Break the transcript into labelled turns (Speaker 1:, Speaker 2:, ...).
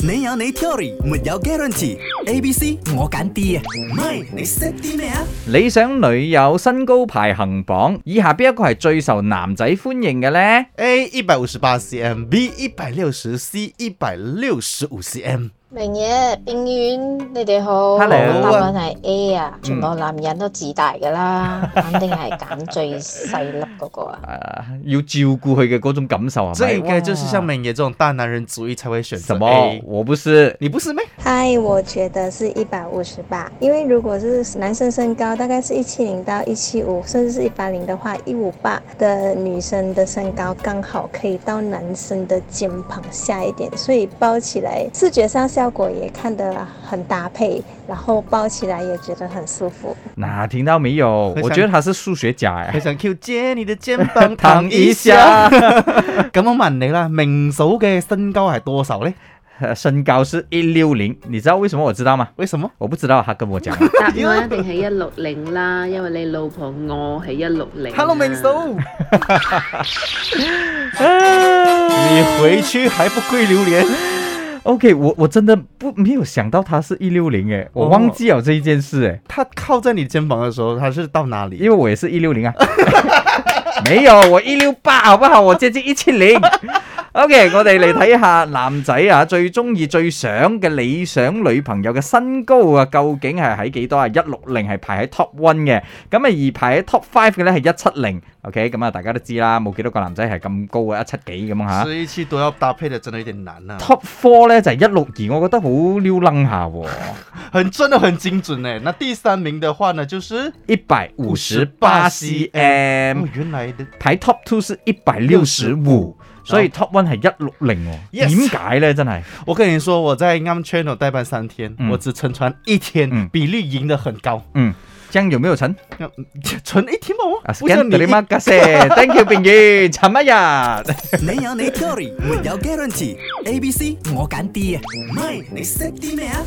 Speaker 1: 你有你 theory，沒有 guarantee。A、B、C 我揀 D 啊，MY 你識啲咩啊？
Speaker 2: 理想女友身高排行榜，以下邊一個係最受男仔歡迎嘅呢？
Speaker 3: A 一百五十八 cm，B 一百六十，C 一百六十五 cm。
Speaker 4: 明嘢，冰丸，你哋好。
Speaker 2: Hello
Speaker 4: 答案係 A 啊，全部男人都自大噶啦，肯定係揀最細粒嗰個啊。
Speaker 2: 啊要照顧佢嘅嗰種感受係
Speaker 3: 这
Speaker 2: 咪？
Speaker 3: 应该就是像明爷这种大男人主义才会选择
Speaker 2: 什么
Speaker 3: A？
Speaker 2: 我不是
Speaker 3: 你不是咩？
Speaker 5: 嗨，我觉得是一百五十八，因为如果是男生身高大概是一七零到一七五，甚至是一八零的话，一五八的女生的身高刚好可以到男生的肩膀下一点，所以包起来视觉上效果也看得很搭配，然后包起来也觉得很舒服。
Speaker 2: 哪听到没有？
Speaker 3: 非常
Speaker 2: 我觉得他是数学家
Speaker 3: 很
Speaker 2: 哎，
Speaker 3: 想 Q 姐，你的肩膀
Speaker 2: 躺
Speaker 3: 躺
Speaker 2: 一
Speaker 3: 一
Speaker 2: 下
Speaker 3: 下。咁我问你啦，明嫂嘅身高系多少呢？
Speaker 2: 呃 身高是一六零，你知道为什么我知道吗？
Speaker 3: 为什么？
Speaker 2: 我不知道，他跟 我讲。
Speaker 6: 答案一定係一六零啦，因為你老婆我係一六零。啊
Speaker 3: Hello，明嫂， 你回去还不跪榴 莲？
Speaker 2: OK，我我真的不没有想到他是一六零哎，我
Speaker 3: 哦
Speaker 2: 忘记了这一件事哎，
Speaker 3: 他靠在你肩膀的时候，他是到哪里？
Speaker 2: 因为我也是一六零啊。没有，我一六八好不好？我接近一千零。OK，我哋嚟睇下男仔啊最中意最想嘅理想女朋友嘅身高啊，究竟係喺幾多啊？一六零係排喺 top one 嘅，咁啊而排喺 top five 嘅咧係一七零。OK，咁啊大家都知啦，冇幾多個男仔係咁高嘅，一七幾咁啊吓。
Speaker 3: 这一期都要搭配的，真的有点难啊，
Speaker 2: Top four 咧就係一六二，我覺得好撩楞下喎，
Speaker 3: 很真的很精准哎。那第三名的话呢，就是
Speaker 2: 一百五十八 cm
Speaker 3: 哦。，原来的
Speaker 2: 排 top two 是一百六十五，所以 top one 係一六零喎。點
Speaker 3: Yes
Speaker 2: 解咧？真係
Speaker 3: 我跟你说，我在 Am Channel 代班三天，
Speaker 2: 嗯
Speaker 3: 我只乘船一天，
Speaker 2: 嗯
Speaker 3: 比例赢得很高，
Speaker 2: 嗯，將有沒有陳？
Speaker 3: 存一天哦
Speaker 2: 啊，
Speaker 3: 不像
Speaker 2: ，scan
Speaker 3: 你
Speaker 2: 你
Speaker 3: 一
Speaker 2: 媽家 thank you 平宇，陳乜日？
Speaker 1: 你有你 theory，沒有 guarantee。A、B、C 我揀 D 啊，MY 你識啲咩啊？